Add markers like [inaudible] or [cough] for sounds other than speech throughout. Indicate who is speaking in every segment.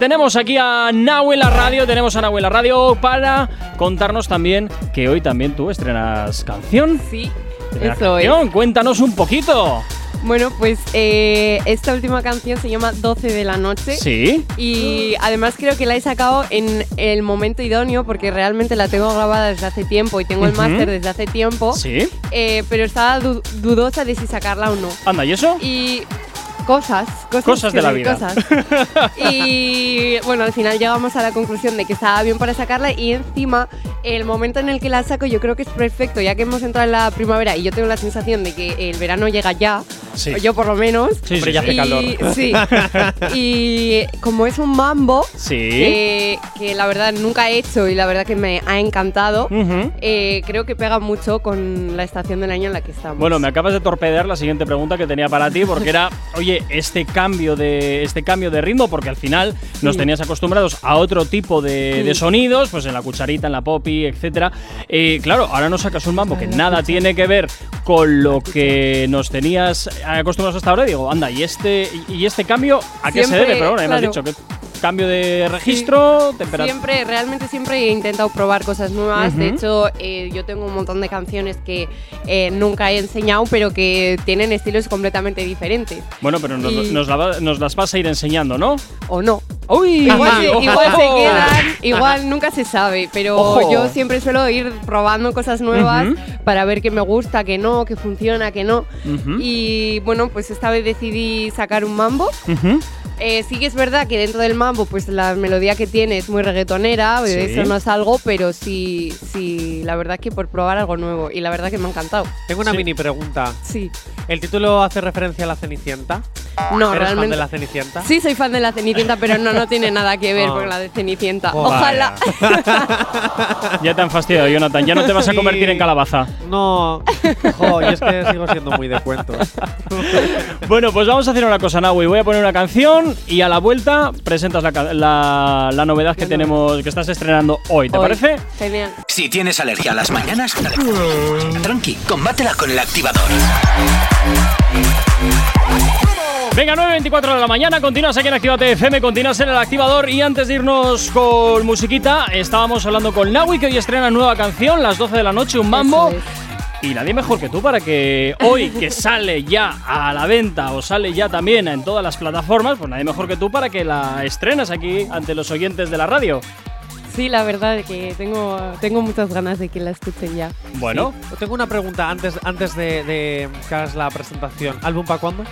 Speaker 1: Tenemos aquí a Nahuel la radio, tenemos a Nahuel la radio para contarnos también que hoy también tú estrenas canción.
Speaker 2: Sí,
Speaker 1: Estrenas
Speaker 2: eso es.
Speaker 1: canción, cuéntanos un poquito.
Speaker 2: Bueno, pues eh, esta última canción se llama 12 de la noche.
Speaker 1: Sí.
Speaker 2: Y además creo que la he sacado en el momento idóneo porque realmente la tengo grabada desde hace tiempo y tengo el
Speaker 1: Ujú.
Speaker 2: máster desde hace tiempo.
Speaker 1: Sí.
Speaker 2: Eh, pero estaba du- dudosa de si sacarla o no.
Speaker 1: Anda, ¿y eso?
Speaker 2: Y cosas, cosas,
Speaker 1: Cosas
Speaker 2: que
Speaker 1: de la
Speaker 2: ven,
Speaker 1: vida.
Speaker 2: cosas. Y bueno, al final llegamos a la conclusión de que estaba bien para sacarla y encima el momento en el que la saco yo creo que es perfecto, ya que hemos entrado en la primavera y yo tengo la sensación de que el verano llega ya,
Speaker 1: Sí.
Speaker 2: o yo por lo menos.
Speaker 1: Sí, sí,
Speaker 3: Hombre, ya
Speaker 1: sí.
Speaker 3: hace calor.
Speaker 1: [laughs]
Speaker 2: sí. Y como es un mambo
Speaker 1: Sí.
Speaker 2: eh, que la verdad nunca he hecho y la verdad que me ha encantado,
Speaker 1: Ujú.
Speaker 2: eh, creo que pega mucho con la estación del año en la que estamos.
Speaker 1: Bueno, me acabas de torpedear la siguiente pregunta que tenía para ti, porque era, oye, este cambio de este cambio de ritmo, porque al final nos tenías acostumbrados a otro tipo de, de sonidos, pues en la cucharita, en la popi, etcétera. Eh, claro, ahora nos sacas un mambo que nada tiene que ver con lo que nos tenías acostumbrados hasta ahora. Y Digo, anda, y este y este cambio, ¿a qué se
Speaker 2: Siempre,
Speaker 1: debe? Pero bueno, ya me has dicho
Speaker 2: claro.
Speaker 1: que cambio de registro, temperatura.
Speaker 2: Siempre, realmente siempre he intentado probar cosas nuevas. De
Speaker 1: Ujú.
Speaker 2: hecho, eh, yo tengo un montón de canciones que eh, nunca he enseñado, pero que tienen estilos completamente diferentes.
Speaker 1: Bueno, pero nos,
Speaker 2: Y-
Speaker 1: nos la va- nos las vas a ir enseñando, ¿no?
Speaker 2: O no.
Speaker 1: Uy,
Speaker 2: Igual, se,
Speaker 1: ojo.
Speaker 2: igual
Speaker 1: [laughs]
Speaker 2: se quedan, igual nunca se sabe, pero
Speaker 1: Ojo.
Speaker 2: yo siempre suelo ir probando cosas nuevas para ver qué me gusta, qué no, qué funciona, qué no.
Speaker 1: Ujú.
Speaker 2: Y bueno, pues esta vez decidí sacar un mambo.
Speaker 1: Ujú.
Speaker 2: Eh, sí que es verdad que dentro del mambo, pues la melodía que tiene es muy reggaetonera, de
Speaker 1: Sí.
Speaker 2: eso no es algo, pero sí, sí, la verdad que por probar algo nuevo. Y la verdad que me ha encantado.
Speaker 3: Tengo una
Speaker 1: Sí.
Speaker 3: mini pregunta.
Speaker 2: Sí.
Speaker 3: ¿El título hace referencia a la Cenicienta?
Speaker 2: No,
Speaker 3: ¿Eres fan
Speaker 2: realmente.
Speaker 3: de la Cenicienta?
Speaker 2: Sí, soy fan de la Cenicienta, pero no, no tiene nada que ver
Speaker 3: Ah.
Speaker 2: con la de Cenicienta.
Speaker 3: Joder.
Speaker 2: Ojalá.
Speaker 1: Ya te han fastidiado, Jonathan. Ya no te vas a
Speaker 3: Sí.
Speaker 1: convertir en calabaza.
Speaker 3: No, jo, yo es que sigo siendo muy de cuentos.
Speaker 1: Bueno, pues vamos a hacer una cosa, Nahui. Voy a poner una canción y a la vuelta presentas la, ca- la- la novedad que
Speaker 2: La
Speaker 1: tenemos, que estás estrenando hoy. ¿Te
Speaker 2: Hoy.
Speaker 1: parece?
Speaker 2: Genial.
Speaker 4: Si tienes alergia a las mañanas, dale. tranqui, combátela con el activador.
Speaker 1: Venga, 9.24 de la mañana, continúas aquí en Actívate FM, continúas en el activador y antes de irnos con musiquita, estábamos hablando con Nahui que hoy estrena nueva canción, las 12 de la noche, un mambo.
Speaker 2: Eso es.
Speaker 1: Y nadie mejor que tú para que hoy que sale ya a la venta o sale ya también en todas las plataformas, pues nadie mejor que tú para que la estrenas aquí ante los oyentes de la radio.
Speaker 2: Sí, la verdad que tengo, tengo muchas ganas de que la escuchen ya.
Speaker 1: [laughs] Bueno,
Speaker 3: Sí. Tengo una pregunta antes, antes de, de que hagas la presentación. ¿Álbum para cuándo?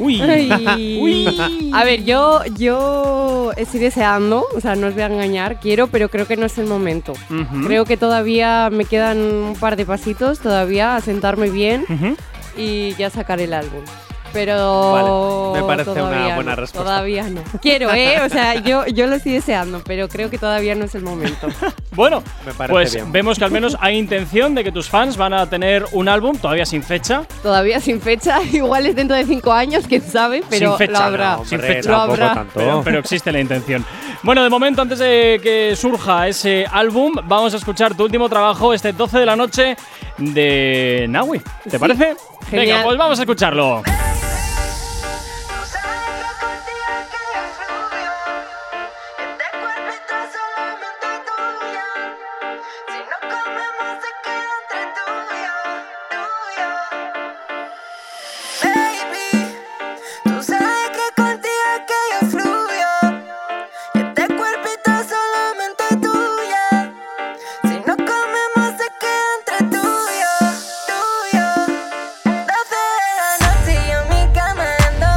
Speaker 1: uy,
Speaker 3: [laughs]
Speaker 2: Ay.
Speaker 1: Uy.
Speaker 2: A ver, yo, yo estoy deseando, o sea, no os voy a engañar, quiero, pero creo que no es el momento.
Speaker 3: ¿Mm?
Speaker 1: Ujú.
Speaker 2: Creo que todavía me quedan un par de pasitos todavía a sentarme bien
Speaker 1: Ujú.
Speaker 2: y ya sacar el álbum. Pero
Speaker 3: Vale, me parece una
Speaker 2: todavía
Speaker 3: buena
Speaker 2: no,
Speaker 3: respuesta.
Speaker 2: Todavía no. Quiero, eh, o sea, yo, yo lo estoy deseando, pero creo que todavía no es el momento.
Speaker 1: Bueno,
Speaker 3: Me parece
Speaker 1: pues
Speaker 3: bien.
Speaker 1: vemos que al menos hay intención de que tus fans van a tener un álbum todavía sin fecha.
Speaker 2: Todavía sin fecha, [laughs] igual es dentro de cinco años, quién sabe,
Speaker 1: sin
Speaker 2: pero
Speaker 1: fecha,
Speaker 2: lo habrá.
Speaker 1: no, sin
Speaker 3: Hombre,
Speaker 1: fecha.
Speaker 2: Lo habrá.
Speaker 1: Pero, pero existe la intención. Bueno, de momento, antes de que surja ese álbum, vamos a escuchar tu último trabajo, este 12 de la noche de Nahui. ¿Te
Speaker 2: Sí,
Speaker 1: parece? Venga,
Speaker 2: genial.
Speaker 1: pues vamos a escucharlo.
Speaker 5: Usando contigo que influyó Este cuerpito solamente tuyo Si no comemos se queda entre tuyo, tuyo Baby, tú sabes que contigo que influyó Este cuerpito solamente tuyo Si no comemos se queda entre tuyo, tuyo 12 de la noche y yo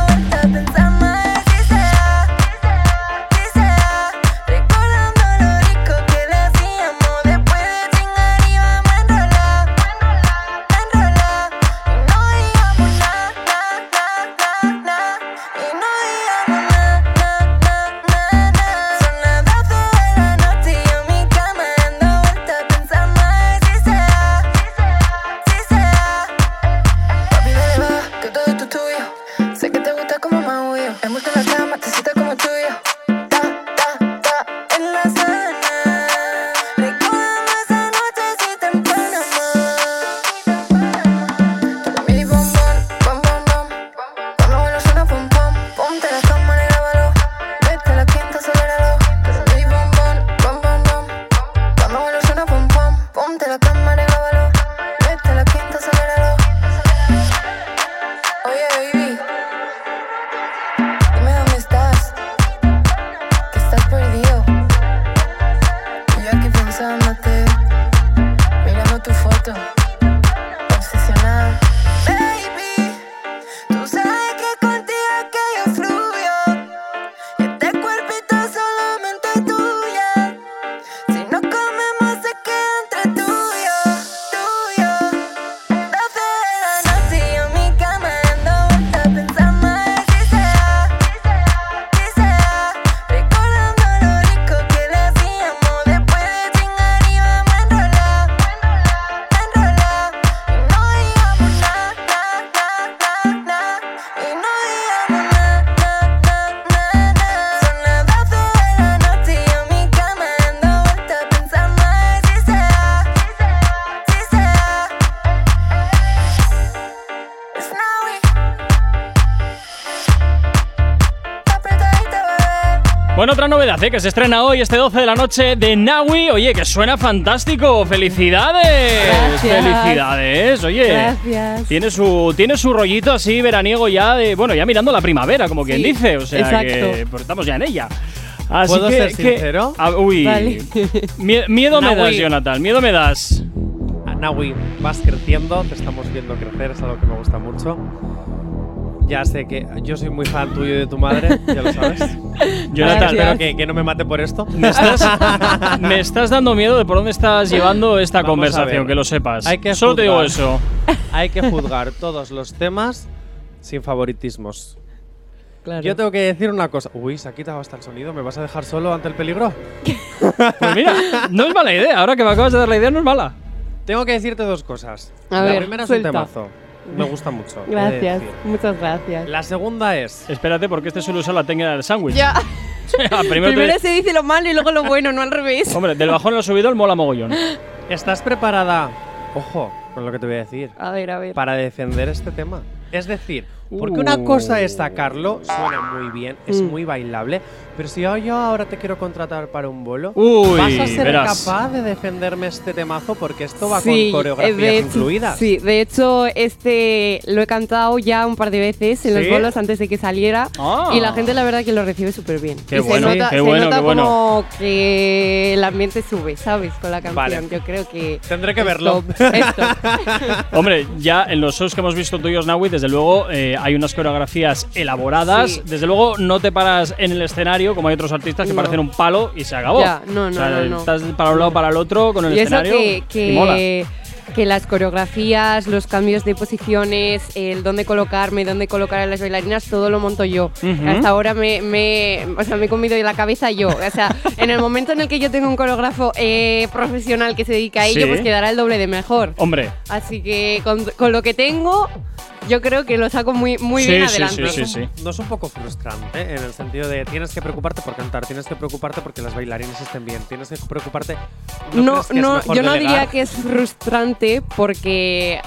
Speaker 5: este
Speaker 1: Bueno, otra novedad, ¿eh? que se estrena hoy, este 12 de la noche, de Nawi. Oye, que suena fantástico. ¡Felicidades!
Speaker 2: Gracias.
Speaker 1: ¡Felicidades! Oye.
Speaker 2: Gracias.
Speaker 1: Tiene su, tiene su rollito así veraniego ya de. Bueno, ya mirando la primavera, como quien
Speaker 2: Sí,
Speaker 1: dice. O sea
Speaker 2: exacto.
Speaker 1: que pues, estamos ya en ella. Así
Speaker 3: ¿Puedo
Speaker 1: que,
Speaker 3: ser
Speaker 1: que-
Speaker 3: sincero?
Speaker 1: Ah, uy.
Speaker 2: Vale.
Speaker 1: [laughs] Mie- miedo me das,
Speaker 3: Nawi.
Speaker 1: Jonathan. Miedo me das.
Speaker 3: Ah, Nawi, vas creciendo, te estamos viendo crecer, es algo que me gusta mucho. Ya sé que yo soy muy fan tuyo y de tu madre, ya lo sabes.
Speaker 1: [laughs] Jonathan,
Speaker 3: Espero [laughs] que, que no me mate por esto.
Speaker 1: me estás, me estás dando miedo de por dónde estás llevando esta
Speaker 3: Vamos a
Speaker 1: conversación,
Speaker 3: ver.
Speaker 1: que lo sepas.
Speaker 3: Hay que
Speaker 1: Solo te digo
Speaker 3: juzgar.
Speaker 1: eso.
Speaker 3: Hay que juzgar [laughs] todos los temas sin favoritismos.
Speaker 6: Claro.
Speaker 3: Yo tengo que decir una cosa. Uy, se ha quitado hasta el sonido. ¿Me vas a dejar solo ante el peligro?
Speaker 1: Pues mira, no es mala idea. Ahora que me acabas de dar la idea, no es mala.
Speaker 3: Tengo que decirte dos cosas.
Speaker 2: A
Speaker 3: la
Speaker 2: ver,
Speaker 3: primera
Speaker 2: suelta.
Speaker 3: es un temazo. Me gusta mucho. he de
Speaker 2: Gracias,
Speaker 3: decir.
Speaker 2: muchas gracias.
Speaker 3: La segunda es.
Speaker 1: Espérate, porque este suele usar la técnica del sándwich. [laughs] Ah,
Speaker 2: Ya,
Speaker 1: Primero, te-
Speaker 2: primero se dice lo malo y luego lo bueno, no al
Speaker 1: [laughs]
Speaker 2: revés.
Speaker 1: Hombre, del bajón al subidor mola mogollón.
Speaker 3: ¿Estás preparada? Ojo con lo que te voy a decir.
Speaker 2: A ver, a ver.
Speaker 3: Para defender este tema. Es decir, porque una cosa es sacarlo, suena muy bien, es
Speaker 2: Uh. Mm.
Speaker 3: muy bailable, pero si yo, yo ahora te quiero contratar para un bolo,
Speaker 1: Uy,
Speaker 3: vas a ser
Speaker 1: verás.
Speaker 3: capaz de defenderme este temazo porque esto va
Speaker 2: Sí,
Speaker 3: con coreografías
Speaker 2: de hecho-
Speaker 3: incluidas.
Speaker 2: Sí, de hecho, este lo he cantado ya un par de veces en los
Speaker 1: ¿Sí?
Speaker 2: bolos antes de que saliera.
Speaker 1: Ah.
Speaker 2: Y la gente, la verdad, que lo recibe súper bien.
Speaker 1: Qué
Speaker 2: Y
Speaker 1: bueno,
Speaker 2: se nota,
Speaker 1: qué
Speaker 2: se
Speaker 1: bueno,
Speaker 2: nota
Speaker 1: qué bueno.
Speaker 2: como que el ambiente sube, ¿sabes? Con la canción.
Speaker 3: Vale.
Speaker 2: Yo creo que.
Speaker 3: Tendré que
Speaker 2: es
Speaker 3: verlo.
Speaker 2: top, es
Speaker 1: [laughs]
Speaker 2: top.
Speaker 1: Hombre, ya en los shows que hemos visto tuyos, Nawi, desde luego eh, hay unas coreografías elaboradas.
Speaker 2: Sí.
Speaker 1: Desde luego no te paras en el escenario como hay otros artistas que
Speaker 2: No.
Speaker 1: parecen un palo y se acabó.
Speaker 2: Ya, no, no,
Speaker 1: O sea,
Speaker 2: no, no.
Speaker 1: Estás para un lado, para el otro, con el
Speaker 2: y eso
Speaker 1: escenario.
Speaker 2: que,
Speaker 1: y mola.
Speaker 2: que, que las coreografías, los cambios de posiciones, el dónde colocarme, dónde colocar a las bailarinas, todo lo monto yo.
Speaker 1: Ujú.
Speaker 2: Hasta ahora me, me- o sea, me he comido la cabeza yo. O
Speaker 1: [laughs]
Speaker 2: sea, en el momento en el que yo tengo un coreógrafo eh, profesional que se dedica a ello,
Speaker 1: Sí. Oh.
Speaker 2: pues quedará el doble de mejor.
Speaker 1: Hombre,
Speaker 2: Así que con, con lo que tengo, yo creo que lo saco muy, muy
Speaker 1: Sí,
Speaker 2: bien
Speaker 1: sí,
Speaker 2: adelante.
Speaker 1: sí, sí.
Speaker 3: No es un poco frustrante en el sentido de tienes que preocuparte por cantar, tienes que preocuparte porque las bailarinas estén bien, tienes que preocuparte.
Speaker 2: No,
Speaker 3: crees que es
Speaker 2: no,
Speaker 3: mejor
Speaker 2: yo no
Speaker 3: delegar?
Speaker 2: diría que es frustrante porque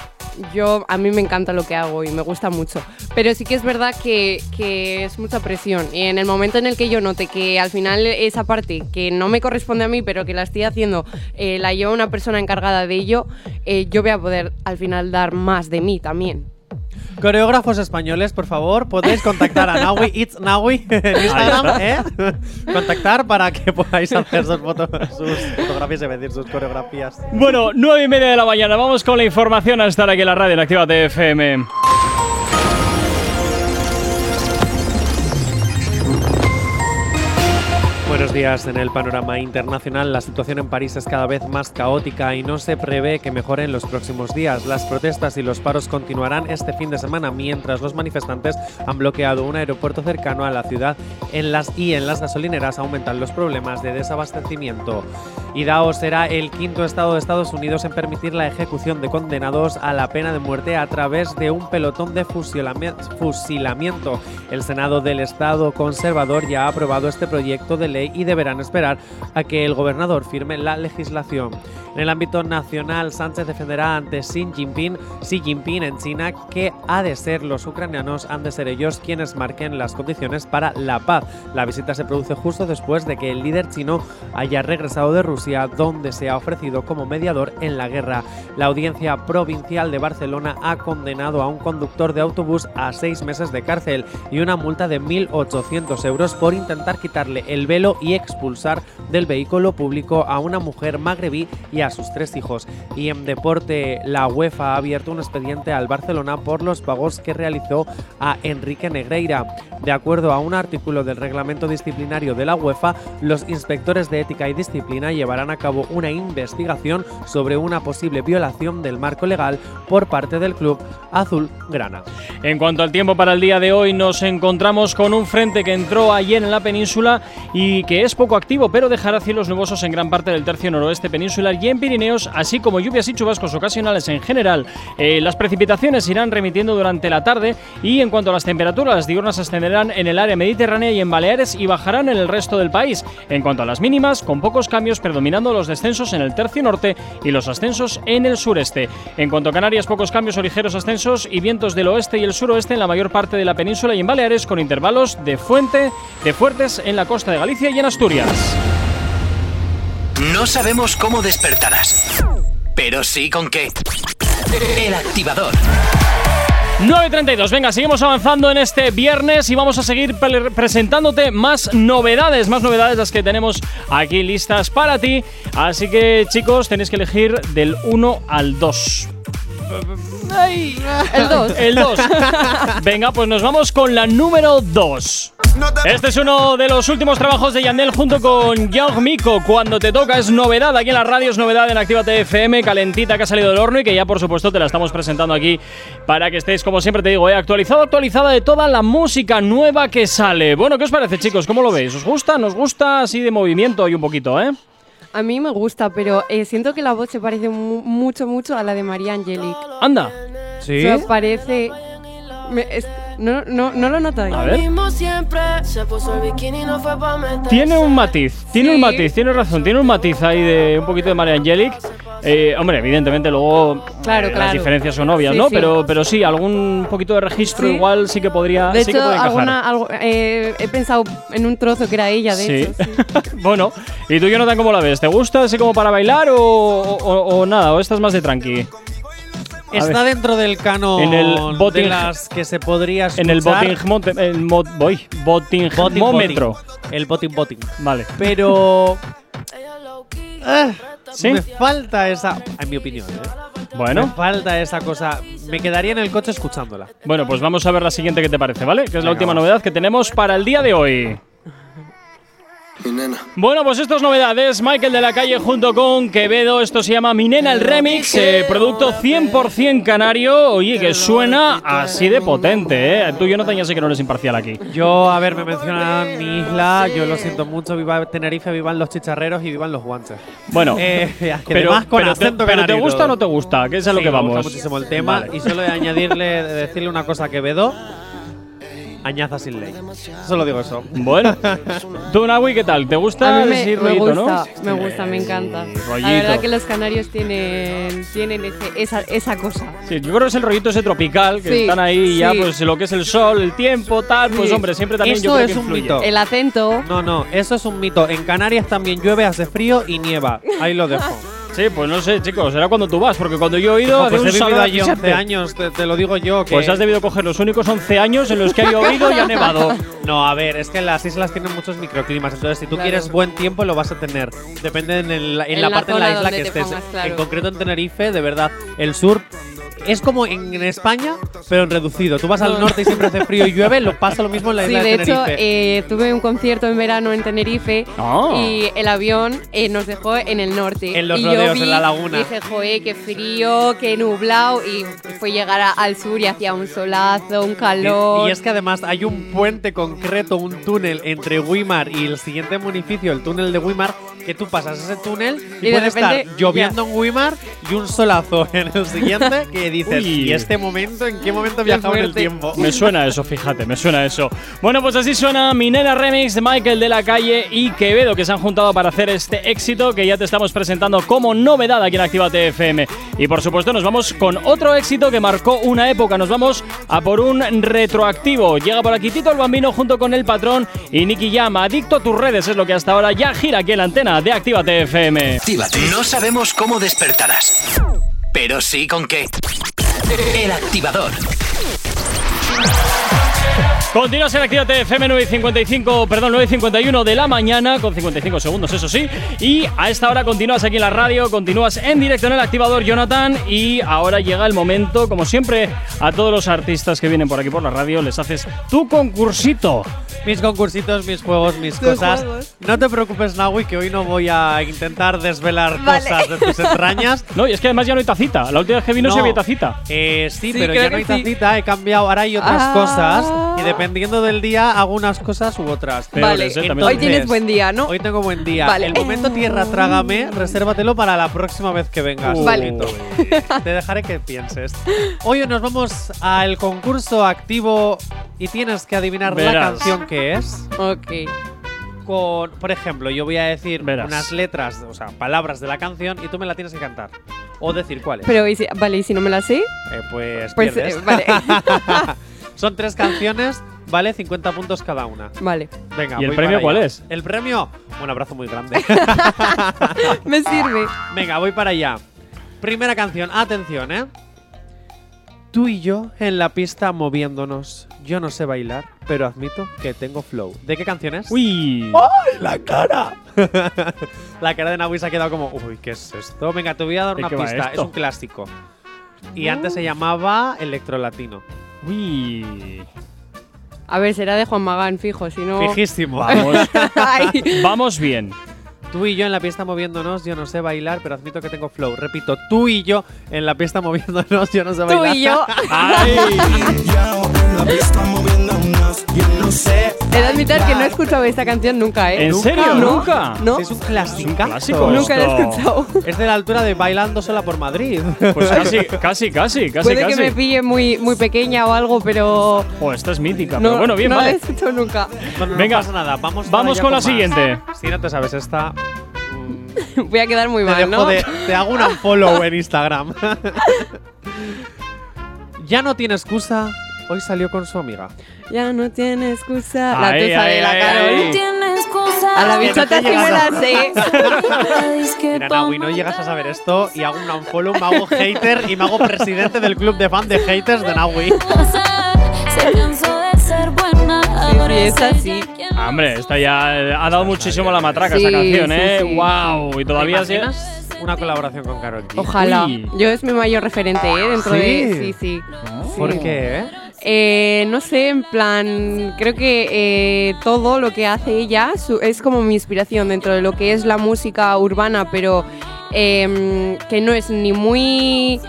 Speaker 2: yo a mí me encanta lo que hago y me gusta mucho. Pero sí que es verdad que, que es mucha presión. Y en el momento en el que yo note que al final esa parte que no me corresponde a mí, pero que la estoy haciendo, eh, la lleva una persona encargada de ello, eh, yo voy a poder al final dar más de mí también.
Speaker 3: Coreógrafos españoles, por favor, podéis contactar a Nawi, It's Nawi, en Instagram, ¿eh? Contactar para que podáis hacer sus, foto- sus fotografías, es decir, sus coreografías.
Speaker 1: Bueno, nueve y media de la mañana. Vamos con la información a estar aquí en la radio en Activa TFM.
Speaker 3: Buenos días. En el panorama internacional, la situación en París es cada vez más caótica y no se prevé que mejore en los próximos días. Las protestas y los paros continuarán este fin de semana mientras los manifestantes han bloqueado un aeropuerto cercano a la ciudad en las, y en las gasolineras aumentan los problemas de desabastecimiento. Idaho será el quinto estado de Estados Unidos en permitir la ejecución de condenados a la pena de muerte a través de un pelotón de fusilami- fusilamiento. El Senado del Estado conservador ya ha aprobado este proyecto de ley y deberán esperar a que el gobernador firme la legislación. En el ámbito nacional, Sánchez defenderá ante Xi Jinping, Xi Jinping en China que ha de ser los ucranianos, han de ser ellos quienes marquen las condiciones para la paz. La visita se produce justo después de que el líder chino haya regresado de Rusia, donde se ha ofrecido como mediador en la guerra. La audiencia provincial de Barcelona ha condenado a un conductor de autobús a seis meses de cárcel y una multa de 1.800 euros por intentar quitarle el velo y expulsar del vehículo público a una mujer magrebí y a sus tres hijos. Y en deporte, la UEFA ha abierto un expediente al Barcelona por los pagos que realizó a Enrique Negreira. De acuerdo a un artículo del reglamento disciplinario de la UEFA, los inspectores de ética y disciplina llevarán a cabo una investigación sobre una posible violación del marco legal por parte del club Azul Grana.
Speaker 1: En cuanto al tiempo para el día de hoy, nos encontramos con un frente que entró ayer en la península y que es poco activo, pero dejará cielos nubosos en gran parte del tercio noroeste peninsular y en Pirineos, así como lluvias y chubascos ocasionales en general. Eh, las precipitaciones irán remitiendo durante la tarde y en cuanto a las temperaturas, las diurnas ascenderán en el área mediterránea y en Baleares y bajarán en el resto del país. En cuanto a las mínimas, con pocos cambios predominando los descensos en el tercio norte y los ascensos en el sureste. En cuanto a Canarias, pocos cambios o ligeros ascensos y vientos del oeste y el suroeste en la mayor parte de la península y en Baleares con intervalos de fuente de fuertes en la costa de Galicia y en Asturias.
Speaker 4: No sabemos cómo despertarás, pero sí con qué. El activador.
Speaker 1: 9.32, venga, seguimos avanzando en este viernes y vamos a seguir pre- presentándote más novedades, más novedades las que tenemos aquí listas para ti. Así que chicos, tenéis que elegir del 1 al 2.
Speaker 2: El 2.
Speaker 1: El 2. Venga, pues nos vamos con la número 2. Este es uno de los últimos trabajos de Yandel junto con Young Miko. Cuando te toca es novedad aquí en la radio, es novedad en Actívate FM, calentita que ha salido del horno y que ya por supuesto te la estamos presentando aquí para que estéis, como siempre te digo, eh, actualizado, actualizada de toda la música nueva que sale. Bueno, ¿qué os parece chicos? ¿Cómo lo veis? ¿Os gusta? ¿Nos gusta así de movimiento hoy un poquito, eh?
Speaker 2: A mí me gusta, pero eh, siento que la voz se parece mu- mucho, mucho a la de María Angelic.
Speaker 1: Anda.
Speaker 3: Sí.
Speaker 2: Se parece. me- es- no, no, no lo notáis.
Speaker 1: A ver.
Speaker 5: Mismo siempre se puso el bikini no fue pa' meterse.
Speaker 1: Tiene un matiz, tiene un
Speaker 2: Sí.
Speaker 1: matiz, tiene razón, tiene un matiz ahí de un poquito de María Angelic. Eh, hombre, evidentemente luego
Speaker 2: Claro,
Speaker 1: eh, las
Speaker 2: claro.
Speaker 1: diferencias son obvias,
Speaker 2: Sí,
Speaker 1: ¿no?
Speaker 2: sí.
Speaker 1: Pero, pero sí, algún poquito de registro
Speaker 2: Sí.
Speaker 1: igual sí que podría,
Speaker 2: De
Speaker 1: Ah, sí que
Speaker 2: hecho,
Speaker 1: puede encajar.
Speaker 2: alguna, algo- eh, he pensado en un trozo que era ella, de
Speaker 1: Sí.
Speaker 2: hecho. sí.
Speaker 1: bueno, ¿y tú, Jonathan, cómo la ves? ¿Te gusta así como para bailar o, o- o nada? ¿O estás más de tranqui? A
Speaker 3: Está
Speaker 1: ver.
Speaker 3: dentro del canon
Speaker 1: En el voting-
Speaker 3: de las que se podría escuchar.
Speaker 1: En el botingmonte- el mo- voy,
Speaker 3: Voting,
Speaker 1: botingmómetro.
Speaker 3: voting. El voting voting.
Speaker 1: Vale.
Speaker 3: Pero eh,
Speaker 1: ¿Sí?
Speaker 3: me falta esa, en mi opinión, ¿eh? me
Speaker 1: Bueno.
Speaker 3: falta esa cosa. Me quedaría en el coche escuchándola.
Speaker 1: Bueno, pues vamos a ver la siguiente que te parece, ¿vale? Que es la
Speaker 3: Venga,
Speaker 1: última
Speaker 3: vamos.
Speaker 1: novedad que tenemos para el día de hoy.
Speaker 6: Mi nena.
Speaker 1: Bueno, pues esto es novedades. Michael de la calle junto con Quevedo. Esto se llama Mi Nena el Remix. eh, producto 100% canario. Oye, que suena así de potente, ¿eh? Tú, Jonathan, ya sé que no eres imparcial aquí.
Speaker 3: Yo, a ver, me mencionan mi isla, yo lo siento mucho, viva Tenerife, vivan los chicharreros y vivan los guanches.
Speaker 1: Bueno,
Speaker 3: Eh, que además con
Speaker 1: pero te,
Speaker 3: acento
Speaker 1: pero ¿te
Speaker 3: canario y
Speaker 1: gusta
Speaker 3: todo.
Speaker 1: o no te gusta? Que es a lo
Speaker 3: Sí,
Speaker 1: que
Speaker 3: me gusta
Speaker 1: vamos.
Speaker 3: muchísimo el tema
Speaker 1: Vale.
Speaker 3: y solo de añadirle, de decirle una cosa a Quevedo. Añaza sin ley. Solo digo eso.
Speaker 1: Bueno, tú, Nahui, ¿qué [laughs] tal? ¿Te gusta?
Speaker 2: A mí me,
Speaker 1: Sí,
Speaker 2: me
Speaker 1: rollito, ¿no?
Speaker 2: gusta, me gusta, me encanta.
Speaker 1: rollito.
Speaker 2: La verdad que los canarios tienen, tienen ese- esa, esa cosa.
Speaker 1: Sí, yo creo que es el rollito ese tropical, que
Speaker 2: Sí,
Speaker 1: están ahí ya,
Speaker 2: sí.
Speaker 1: pues lo que es el sol, el tiempo, tal, pues
Speaker 2: Sí.
Speaker 1: hombre, siempre también
Speaker 3: Eso
Speaker 1: yo creo
Speaker 3: es
Speaker 1: que
Speaker 3: un
Speaker 1: influye.
Speaker 3: mito.
Speaker 2: El acento.
Speaker 3: No, no, eso es un mito. En Canarias también llueve, hace frío y nieva. Ahí
Speaker 2: [laughs]
Speaker 3: lo dejo.
Speaker 1: Sí, pues no sé, chicos, será cuando tú vas, porque cuando yo he ido,
Speaker 3: No,
Speaker 1: hace
Speaker 3: pues he
Speaker 1: un
Speaker 3: vivido
Speaker 1: calor
Speaker 3: allí 11
Speaker 1: asfixiante.
Speaker 3: años, te, te lo digo yo. Que
Speaker 1: Pues has debido coger los únicos 11 años en los que ha
Speaker 3: [laughs]
Speaker 1: llovido y ha nevado.
Speaker 3: No, a ver, es que las islas tienen muchos microclimas, entonces si tú
Speaker 2: Claro.
Speaker 3: quieres buen tiempo lo vas a tener. Depende en, el- en
Speaker 2: En
Speaker 3: la
Speaker 2: la
Speaker 3: parte de la
Speaker 2: zona
Speaker 3: isla
Speaker 2: donde
Speaker 3: que
Speaker 2: te
Speaker 3: estés.
Speaker 2: pongas, claro.
Speaker 3: En concreto en Tenerife, de verdad, el sur es como en, en España, pero en reducido. Tú vas al
Speaker 2: No.
Speaker 3: norte y siempre hace frío y llueve, lo pasa lo mismo en la
Speaker 2: Sí,
Speaker 3: isla
Speaker 2: de
Speaker 3: de,
Speaker 2: hecho,
Speaker 3: Tenerife.
Speaker 2: eh, tuve un concierto en verano en Tenerife
Speaker 1: Ah.
Speaker 2: y el avión eh, nos dejó en el norte.
Speaker 3: En los
Speaker 2: y yo
Speaker 3: rodeos,
Speaker 2: vi,
Speaker 3: en la laguna.
Speaker 2: Dije, joe, qué frío, qué nublado. Y fue llegar a- al sur y hacía un solazo, un calor.
Speaker 3: Y, y es que además hay un puente concreto, un túnel entre Wimar y el siguiente municipio, el túnel de Wimar, que tú pasas ese túnel y,
Speaker 2: Y de
Speaker 3: puede
Speaker 2: repente,
Speaker 3: estar lloviendo en Wimar y un solazo [laughs] en el siguiente que dices,
Speaker 1: Uy.
Speaker 3: ¿y este momento? ¿En qué momento he viajado en el
Speaker 2: fuerte.
Speaker 3: tiempo?
Speaker 1: Me suena eso, fíjate, me suena eso. Bueno, pues así suena Minera Remix de Michael de la Calle y Quevedo, que se han juntado para hacer este éxito que ya te estamos presentando como novedad aquí en Actívate FM. Y por supuesto, nos vamos con otro éxito que marcó una época. Nos vamos a por un retroactivo. Llega por aquí Tito el Bambino junto con el patrón y Nicky Llama. Adicto a tus redes es lo que hasta ahora ya gira aquí en la antena de Actívate FM.
Speaker 4: Actívate. No sabemos cómo despertarás, pero sí con qué. El activador.
Speaker 1: Continúas en Actívate FM 9.55, perdón, 9.51 de la mañana, con 55 segundos, eso sí. Y a esta hora continúas aquí en la radio, continúas en directo en el activador, Jonathan. Y ahora llega el momento, como siempre, a todos los artistas que vienen por aquí por la radio, les haces tu concursito.
Speaker 3: Mis concursitos, mis juegos, mis cosas.
Speaker 2: juegos.
Speaker 3: No te preocupes, Nahui, que hoy no voy a intentar desvelar
Speaker 2: Vale.
Speaker 3: cosas de
Speaker 2: [laughs]
Speaker 3: tus entrañas.
Speaker 1: No, y es que además ya no hay tacita. La última vez que vino se había tacita.
Speaker 3: Eh, sí,
Speaker 2: Sí,
Speaker 3: pero
Speaker 2: creo
Speaker 3: ya no
Speaker 2: que
Speaker 3: hay
Speaker 2: sí.
Speaker 3: tacita, he cambiado, ahora hay otras
Speaker 2: Ah.
Speaker 3: cosas y dependiendo del día, hago unas cosas u otras.
Speaker 2: Vale,
Speaker 1: Peores, ¿eh? También
Speaker 2: hoy
Speaker 1: son
Speaker 2: tienes
Speaker 3: peores.
Speaker 2: buen día, ¿no?
Speaker 3: Hoy tengo buen día.
Speaker 2: Vale.
Speaker 3: El momento tierra, trágame, resérvatelo para la próxima vez que vengas.
Speaker 1: Uy.
Speaker 2: Uh. Vale.
Speaker 3: Lito. Te dejaré que pienses. Hoy nos vamos al concurso activo y tienes que adivinar la
Speaker 1: Verás.
Speaker 3: canción que es.
Speaker 2: Ok.
Speaker 3: Con, por ejemplo, yo voy a decir
Speaker 1: Verás.
Speaker 3: unas letras, o sea, palabras de la canción y tú me la tienes que cantar. O decir cuáles.
Speaker 2: Pero, ¿y si- vale, ¿y si no me la sé?
Speaker 3: Eh, pues,
Speaker 2: Pues,
Speaker 3: pierdes.
Speaker 2: eh,
Speaker 3: [laughs]
Speaker 2: vale.
Speaker 3: Son tres canciones, vale 50 puntos cada una.
Speaker 2: Vale.
Speaker 3: Venga,
Speaker 1: ¿Y el
Speaker 3: voy
Speaker 1: premio
Speaker 3: para
Speaker 1: cuál
Speaker 3: allá.
Speaker 1: es?
Speaker 3: El premio, un abrazo muy grande.
Speaker 2: Me sirve.
Speaker 3: Venga, voy para allá. Primera canción, atención, ¿eh? Tú y yo en la pista moviéndonos. Yo no sé bailar, pero admito que tengo flow. ¿De qué canción es?
Speaker 1: Uy.
Speaker 3: la cara! la cara de Nahui se ha quedado como, uy, ¿qué es esto? Venga, te voy a dar
Speaker 1: ¿De
Speaker 3: una
Speaker 1: qué va
Speaker 3: pista. Es
Speaker 1: esto?
Speaker 3: un clásico. Y antes se llamaba Electrolatino.
Speaker 1: Uy.
Speaker 2: A ver, será de Juan Magán, fijo, si no. [laughs]
Speaker 3: Fijísimo.
Speaker 1: Vamos,
Speaker 3: [laughs]
Speaker 2: Ay.
Speaker 1: vamos bien.
Speaker 3: Tú y yo en la pista moviéndonos, yo no sé bailar, pero admito que tengo flow. Repito, tú y yo en la pista moviéndonos, yo no sé
Speaker 2: Tú
Speaker 3: bailar.
Speaker 2: y yo. He de admitir que no he escuchado esta canción nunca, ¿eh?
Speaker 1: ¿En
Speaker 2: Nunca,
Speaker 1: serio?
Speaker 2: ¿Nunca?
Speaker 1: ¿Nunca?
Speaker 2: ¿No?
Speaker 3: [laughs] Es un clásico.
Speaker 1: clásico.
Speaker 2: Nunca la he
Speaker 1: Esto.
Speaker 2: escuchado.
Speaker 3: Es de la altura de Bailando sola por Madrid.
Speaker 1: Pues casi, casi, casi, casi,
Speaker 2: [laughs] Puede
Speaker 1: casi.
Speaker 2: que me pille muy, muy pequeña o algo, pero.
Speaker 1: Oh, esta es mítica,
Speaker 2: No,
Speaker 1: pero bueno, bien,
Speaker 2: no la he
Speaker 1: vale.
Speaker 2: escuchado nunca. [laughs]
Speaker 3: No, no, no
Speaker 1: Venga,
Speaker 3: pasa nada, vamos, para
Speaker 1: Vamos
Speaker 3: allá
Speaker 1: con la
Speaker 3: más.
Speaker 1: siguiente.
Speaker 3: Si no te sabes esta, mm,
Speaker 2: Voy a quedar muy
Speaker 3: te,
Speaker 2: mal,
Speaker 3: dejo
Speaker 2: ¿no?
Speaker 3: de- te hago un unfollow en Instagram. [laughs] ya no tiene excusa, hoy salió con su amiga.
Speaker 2: [laughs] Ya no tiene excusa. La
Speaker 1: Ay,
Speaker 2: tusa
Speaker 1: ay,
Speaker 2: de la
Speaker 1: ay,
Speaker 2: Carol.
Speaker 1: ay.
Speaker 2: A la bichota sí me la sé. [laughs]
Speaker 3: Mira, Naui, no llegas a saber esto y hago un unfollow, me hago hater y me hago presidente del club de fan de haters de Naui.
Speaker 7: Se cansó de ser buena. Ahora
Speaker 2: sí, es
Speaker 7: ella
Speaker 2: así.
Speaker 7: quien
Speaker 1: Ah, Hombre, esta ya eh, ha dado muchísimo la matraca
Speaker 2: Sí,
Speaker 1: esta canción,
Speaker 2: sí,
Speaker 1: ¿eh?
Speaker 2: sí.
Speaker 1: ¡Wow! Y todavía
Speaker 3: ¿Te
Speaker 1: se-
Speaker 3: imaginas una colaboración con Karol G?
Speaker 2: Ojalá.
Speaker 1: Uy.
Speaker 2: Yo es mi mayor referente, ¿eh? Dentro
Speaker 3: ¿Sí?
Speaker 2: de. Sí, sí.
Speaker 3: ¿Por qué? eh?
Speaker 2: Eh, no sé, en plan, creo que eh, todo lo que hace ella su- es como mi inspiración dentro de lo que es la música urbana, pero em, que no es ni muy,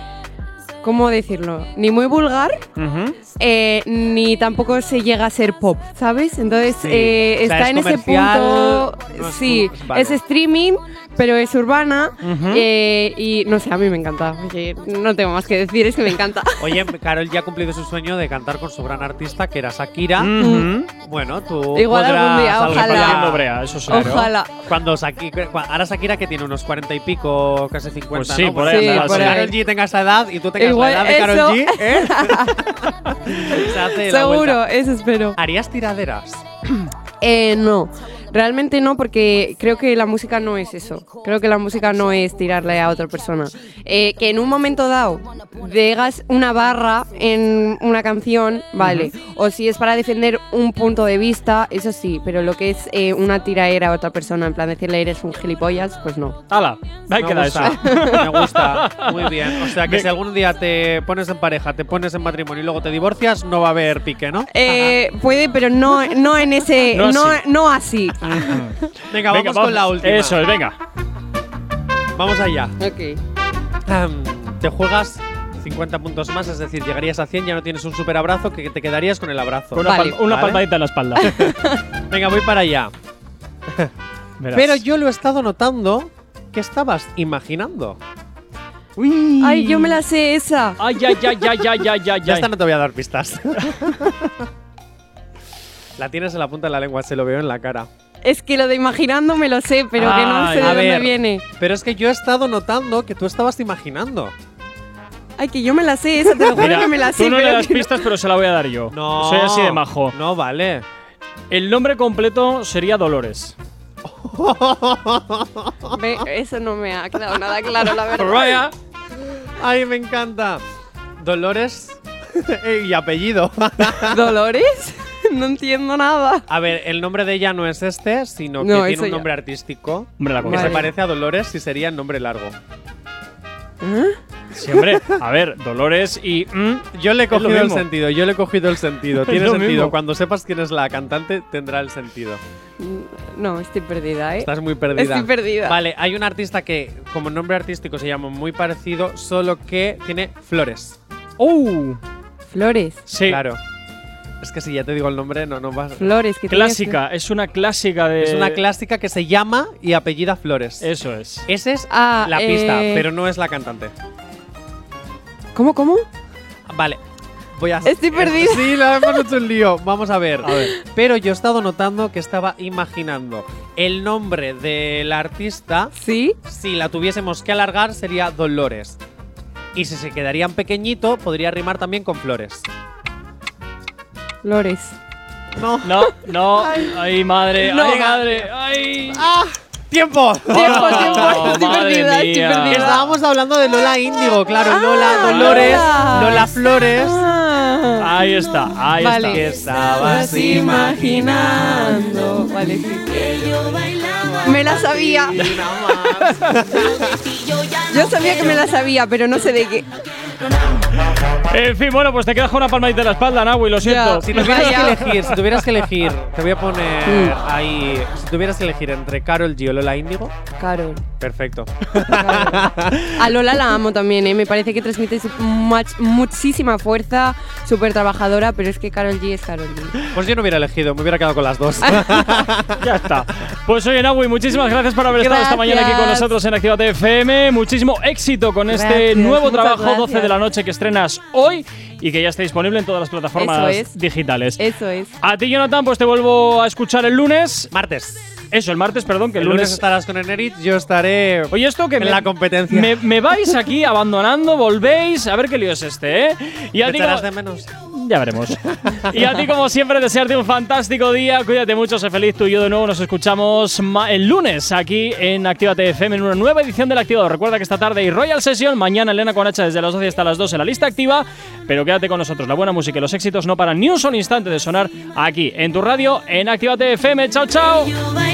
Speaker 2: ¿cómo decirlo? Ni muy vulgar,
Speaker 1: Ujú.
Speaker 2: eh, ni tampoco se llega a ser pop, ¿sabes? Entonces
Speaker 3: Sí.
Speaker 2: eh,
Speaker 3: O sea,
Speaker 2: está
Speaker 3: es
Speaker 2: en ese
Speaker 3: comercial,
Speaker 2: punto,
Speaker 3: no es-
Speaker 2: sí,
Speaker 3: vale.
Speaker 2: es streaming, pero es urbana eh, y no sé, a mí me encanta, Oye, no tengo más que decir, es que me encanta.
Speaker 3: Oye, Carol ya ha cumplido su sueño de cantar con su gran artista, que era Shakira.
Speaker 1: Ujú.
Speaker 3: Bueno, tú
Speaker 2: Igual
Speaker 3: podrás
Speaker 2: algún día,
Speaker 3: algún
Speaker 2: ojalá.
Speaker 3: día-
Speaker 1: Repartiendo brea, eso sí.
Speaker 3: Claro.
Speaker 2: Ojalá.
Speaker 3: Cuando Shakira, cua- ahora Shakira que tiene unos 40 y pico, casi 50,
Speaker 1: Pues sí,
Speaker 3: ¿no?
Speaker 1: por
Speaker 3: Bueno,
Speaker 1: ahí
Speaker 2: Sí,
Speaker 1: andará,
Speaker 2: por
Speaker 1: sí.
Speaker 2: ahí.
Speaker 3: Karol G tenga esa edad y tú tengas
Speaker 2: Igual
Speaker 3: la edad de Karol G, [laughs]
Speaker 2: eso. [laughs]
Speaker 3: ¿eh? se hace la
Speaker 2: Seguro,
Speaker 3: vuelta.
Speaker 2: eso espero.
Speaker 3: ¿Harías tiraderas?
Speaker 2: Eh, no, realmente no, porque creo que la música no es eso. Creo que la música no es tirarle a otra persona. Eh, que en un momento dado digas una barra en una canción, vale. O si es para defender un punto de vista, eso sí, pero lo que es eh, una tiraera a otra persona, en plan decirle eres un gilipollas, pues no.
Speaker 1: ¡Hala! Ahí
Speaker 3: Me
Speaker 1: queda eso.
Speaker 3: gusta, [laughs] Me gusta, muy bien. O sea que
Speaker 1: Ve-
Speaker 3: si algún día te pones en pareja, te pones en matrimonio y luego te divorcias, no va a haber pique, ¿no?
Speaker 2: Eh, puede, pero no, no en
Speaker 3: [laughs]
Speaker 2: ese.
Speaker 1: No
Speaker 2: No,
Speaker 1: así.
Speaker 2: no así.
Speaker 3: Venga, vamos, con la última.
Speaker 1: Eso es, venga.
Speaker 3: Vamos allá.
Speaker 2: ok.
Speaker 3: Am, te juegas 50 puntos más, es decir, llegarías a 100, ya no tienes un super abrazo, que te quedarías con el abrazo.
Speaker 1: Con una,
Speaker 2: Vale.
Speaker 1: pal- una
Speaker 3: Vale.
Speaker 1: palmadita en la [laughs] espalda.
Speaker 3: Venga, voy para allá.
Speaker 1: Verás.
Speaker 3: Pero yo lo he estado notando que estabas imaginando.
Speaker 1: Uy.
Speaker 2: Ay, yo me la sé esa.
Speaker 1: Ay, ay, ay, ay, ay, ay, ay,
Speaker 3: Ya
Speaker 1: ay.
Speaker 3: esta no te voy a dar pistas. [laughs] la tienes en la punta de la lengua, se lo veo en la cara.
Speaker 2: Es que lo de imaginando me lo sé, pero que no
Speaker 1: Ay,
Speaker 2: sé de
Speaker 1: a
Speaker 2: dónde
Speaker 3: ver.
Speaker 2: viene.
Speaker 3: Pero es que yo he estado notando que tú estabas imaginando.
Speaker 2: Ay, que yo me la sé esa, te lo juro
Speaker 1: Mira,
Speaker 2: que me la sé.
Speaker 1: tú no le
Speaker 2: pero
Speaker 1: das
Speaker 2: que no.
Speaker 1: pistas, pero se la voy a dar yo.
Speaker 3: No.
Speaker 1: Soy así de majo.
Speaker 3: No, vale.
Speaker 1: El nombre completo sería Dolores.
Speaker 2: Ve, eso no me ha quedado nada claro, la verdad.
Speaker 3: Vaya. Ay, me encanta. Dolores [laughs] y apellido. [laughs]
Speaker 2: ¿Dolores? [laughs] No entiendo nada.
Speaker 3: A ver, el nombre de ella no es este, sino
Speaker 2: No,
Speaker 3: que tiene
Speaker 2: eso
Speaker 3: un
Speaker 2: ya.
Speaker 3: nombre artístico.
Speaker 1: Hombre, la
Speaker 3: Que
Speaker 1: conoces.
Speaker 3: se
Speaker 2: Vale.
Speaker 3: parece a Dolores y sería el nombre largo.
Speaker 1: Sí, hombre, a ver, Dolores y. mm,
Speaker 3: Yo le he
Speaker 1: Es lo
Speaker 3: cogido el
Speaker 1: mismo.
Speaker 3: sentido, yo le he cogido el sentido.
Speaker 1: [laughs] Es
Speaker 3: Tiene
Speaker 1: lo
Speaker 3: sentido.
Speaker 1: mismo.
Speaker 3: Cuando sepas quién es la cantante, tendrá el sentido.
Speaker 2: No, estoy perdida, ¿eh?
Speaker 3: Estás muy perdida.
Speaker 2: Estoy perdida.
Speaker 3: Vale, hay un artista que, como nombre artístico, se llama muy parecido, solo que tiene flores.
Speaker 1: ¡Oh!
Speaker 2: Flores.
Speaker 1: Sí.
Speaker 3: Claro. Es que si ya te digo el nombre, no, no vas.
Speaker 2: Flores, que tienes-
Speaker 1: Clásica, es una clásica de.
Speaker 3: Es una clásica que se llama y apellida Flores.
Speaker 1: Eso es.
Speaker 3: Esa es
Speaker 2: Ah,
Speaker 3: la pista,
Speaker 2: eh.
Speaker 3: pero no es la cantante.
Speaker 2: ¿Cómo, cómo?
Speaker 3: Vale. Voy a
Speaker 2: Estoy perdida.
Speaker 3: Sí, la hemos hecho un lío. Vamos a ver. Pero yo he estado notando que estaba imaginando el nombre del artista.
Speaker 2: ¿Sí?
Speaker 3: Si la tuviésemos que alargar, sería Dolores. Y si se quedaría en pequeñito, podría rimar también con flores.
Speaker 1: [laughs]
Speaker 2: Flores.
Speaker 3: No.
Speaker 1: No, no. Ay, madre,
Speaker 2: No.
Speaker 1: ay, madre. Ay.
Speaker 3: ¡Tiempo!
Speaker 2: Ah.
Speaker 3: [laughs]
Speaker 2: Tiempo, tiempo, estoy
Speaker 1: Oh, madre
Speaker 2: perdida, estoy
Speaker 1: mía.
Speaker 2: perdida.
Speaker 3: Estábamos hablando de Lola Índigo,
Speaker 2: Ah.
Speaker 3: claro. Lola Dolores,
Speaker 2: Lola.
Speaker 3: Lola Flores.
Speaker 2: Ah,
Speaker 1: Ahí está, ahí
Speaker 2: Vale.
Speaker 1: está.
Speaker 3: Que estabas
Speaker 2: imaginando. Vale, sí. Me la sabía. Yo sabía que me la sabía, pero no sé de qué.
Speaker 1: En fin, bueno, pues te quedas con una palmadita en la espalda, Nahui, lo siento.
Speaker 3: Si tuvieras que
Speaker 2: Vaya.
Speaker 3: elegir, si tuvieras que elegir, te voy a poner ahí. Si tuvieras que elegir entre Carol G o Lola Índigo,
Speaker 2: Carol.
Speaker 3: perfecto.
Speaker 2: A Lola la amo también, ¿eh? me parece que transmite su- much- muchísima fuerza, súper trabajadora, pero es que Carol G es Carol G.
Speaker 3: Pues yo no hubiera elegido, me hubiera quedado con las dos.
Speaker 1: Ah. Ya está. Pues oye, Nahui, muchísimas gracias por haber estado esta mañana aquí con
Speaker 2: Gracias.
Speaker 1: nosotros en Activate FM. Muchísimo éxito con este
Speaker 2: Gracias,
Speaker 1: nuevo
Speaker 2: muchas
Speaker 1: trabajo,
Speaker 2: gracias.
Speaker 1: 12 de la noche, que estrenas hoy y que ya está disponible en todas las plataformas
Speaker 2: Eso es. Eh.
Speaker 1: digitales.
Speaker 2: Eso es.
Speaker 1: A ti, Jonathan, pues te vuelvo a escuchar el lunes.
Speaker 3: Martes.
Speaker 1: Eso, el martes, perdón, que
Speaker 3: El
Speaker 1: el
Speaker 3: lunes
Speaker 1: lunes.
Speaker 3: estarás con Enerit, yo estaré.
Speaker 1: Oye, esto que
Speaker 3: En
Speaker 1: me-
Speaker 3: la competencia.
Speaker 1: Me, me vais aquí abandonando, volvéis. A ver qué lío es este, ¿eh? Y
Speaker 3: te
Speaker 1: a ti,
Speaker 3: echarás
Speaker 1: como-
Speaker 3: de menos.
Speaker 1: ya veremos. y a ti, como siempre, desearte un fantástico día. Cuídate mucho, sé feliz tú y yo de nuevo. Nos escuchamos ma- el lunes aquí en Actívate FM en una nueva edición del Activador. Recuerda que esta tarde hay Royal Session. Mañana Elena Conacha desde las 12 hasta las 2 en la lista activa. Pero quédate con nosotros. La buena música y los éxitos no paran ni un solo instante de sonar aquí en tu radio en Actívate FM. ¡Chao, chao!
Speaker 7: Yo bailaba.